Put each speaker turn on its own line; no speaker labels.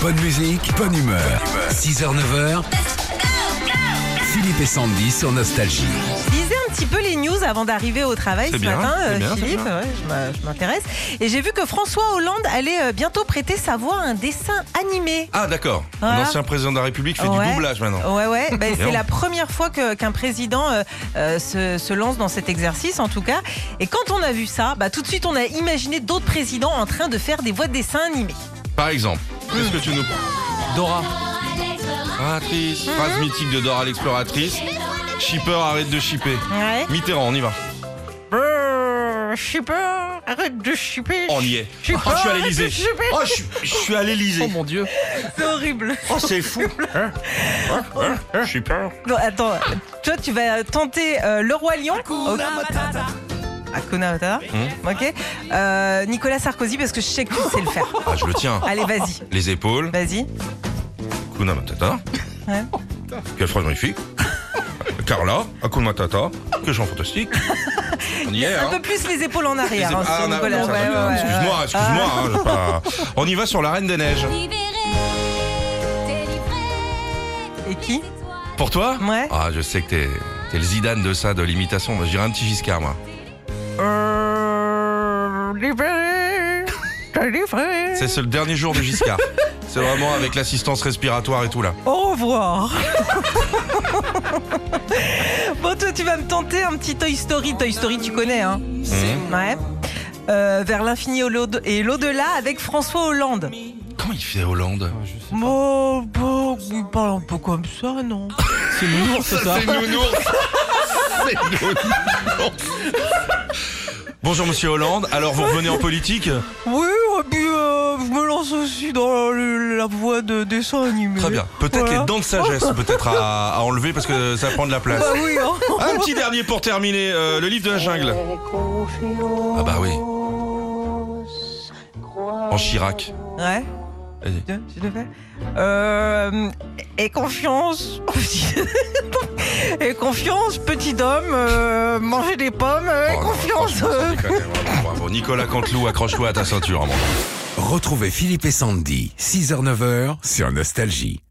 Bonne musique, bonne humeur. 6h-9h, Philippe et Sandy sur Nostalgie.
lisais un petit peu les news avant d'arriver au travail ce
C'est bien,
matin,
c'est
euh,
bien, c'est
Philippe.
bien.
Ouais, je m'a- je m'intéresse. Et j'ai vu que François Hollande allait euh, bientôt prêter sa voix à un dessin animé.
Ah d'accord.
Voilà.
L'ancien président de la République fait
Ouais.
du doublage maintenant.
Ouais, ouais, ben, c'est
non.
la première fois que- qu'un président euh, euh, se, se lance dans cet exercice, en tout cas. Et quand on a vu ça, bah, tout de suite, on a imaginé d'autres présidents en train de faire des voix de dessins animés.
Par exemple, qu'est-ce que tu nous
Dora.
Exploratrice, phrase mythique de Dora l'exploratrice. Shipper arrête de shipper.
Ouais.
Mitterrand, on y va.
Euh, shipper, arrête de shipper.
On y est.
Shipper,
Oh, je suis à
arrête de
l'Elysée.
shipper.
Oh, je suis- je suis à l'Elysée.
mon Dieu.
C'est horrible.
Oh, c'est fou. Hein Hein Hein Hein Shipper.
Non, attends, toi tu vas tenter euh, le roi lion. Hakuna Matata. Hakuna Matata. Ok. Euh, Nicolas Sarkozy parce que je sais que tu sais le faire.
Ah, je le tiens.
Allez, vas-y,
Les épaules.
vas-y.
Hakuna Matata.
Ouais.
Quelle phrase magnifique. Carla, Hakuna Matata. Que chant fantastique. On y est,
Un
hein.
peu plus les épaules en arrière. hein,
Ah,
sur
on a-
Nicolas.
non, ça
Ouais,
va bien.
ouais, ouais,
Excuse-moi,
ouais.
excuse-moi.
Ah,
hein, j'ai pas- On y va sur la Reine des Neiges.
et qui
Pour toi
Ouais.
Ah, je sais que t'es, t'es le Zidane de ça, de l'imitation. Moi, Je dirais un petit Giscard, moi.
Euh, libéré, délivré.
C'est ce- le dernier jour de Giscard. C'est vraiment avec l'assistance respiratoire et tout, là.
Au revoir. bon, toi, tu vas me tenter un petit Toy Story. Toy Story, tu connais, hein
Mhm.
Ouais. Euh, vers l'infini et l'au- et l'au-delà avec François Hollande.
Comment il fait Hollande
Bon, bon, il parle un peu comme ça, non
C'est nounours, c'est ça
nounours C'est nounours Bonjour Monsieur Hollande, alors vous revenez en politique
Oui, et puis euh, je me lance aussi dans la, la voie de dessin animé.
Très bien. Peut-être
Voilà.
les dents de sagesse, peut-être à, à enlever parce que ça prend de la place.
Bah oui, hein.
Un petit dernier pour terminer, euh, le livre de la jungle. Ah bah oui. En Chirac.
Ouais.
Vas-y.
Tu tu le fais Euh, et confiance. et confiance, petit homme, euh, manger des pommes, euh, et
Oh non,
confiance.
franchement,
euh.
sans déconner, vraiment, Bravo, Nicolas Canteloup, accroche-toi à ta ceinture, mon
Retrouvez Philippe et Sandy, 6h-9h sur Nostalgie.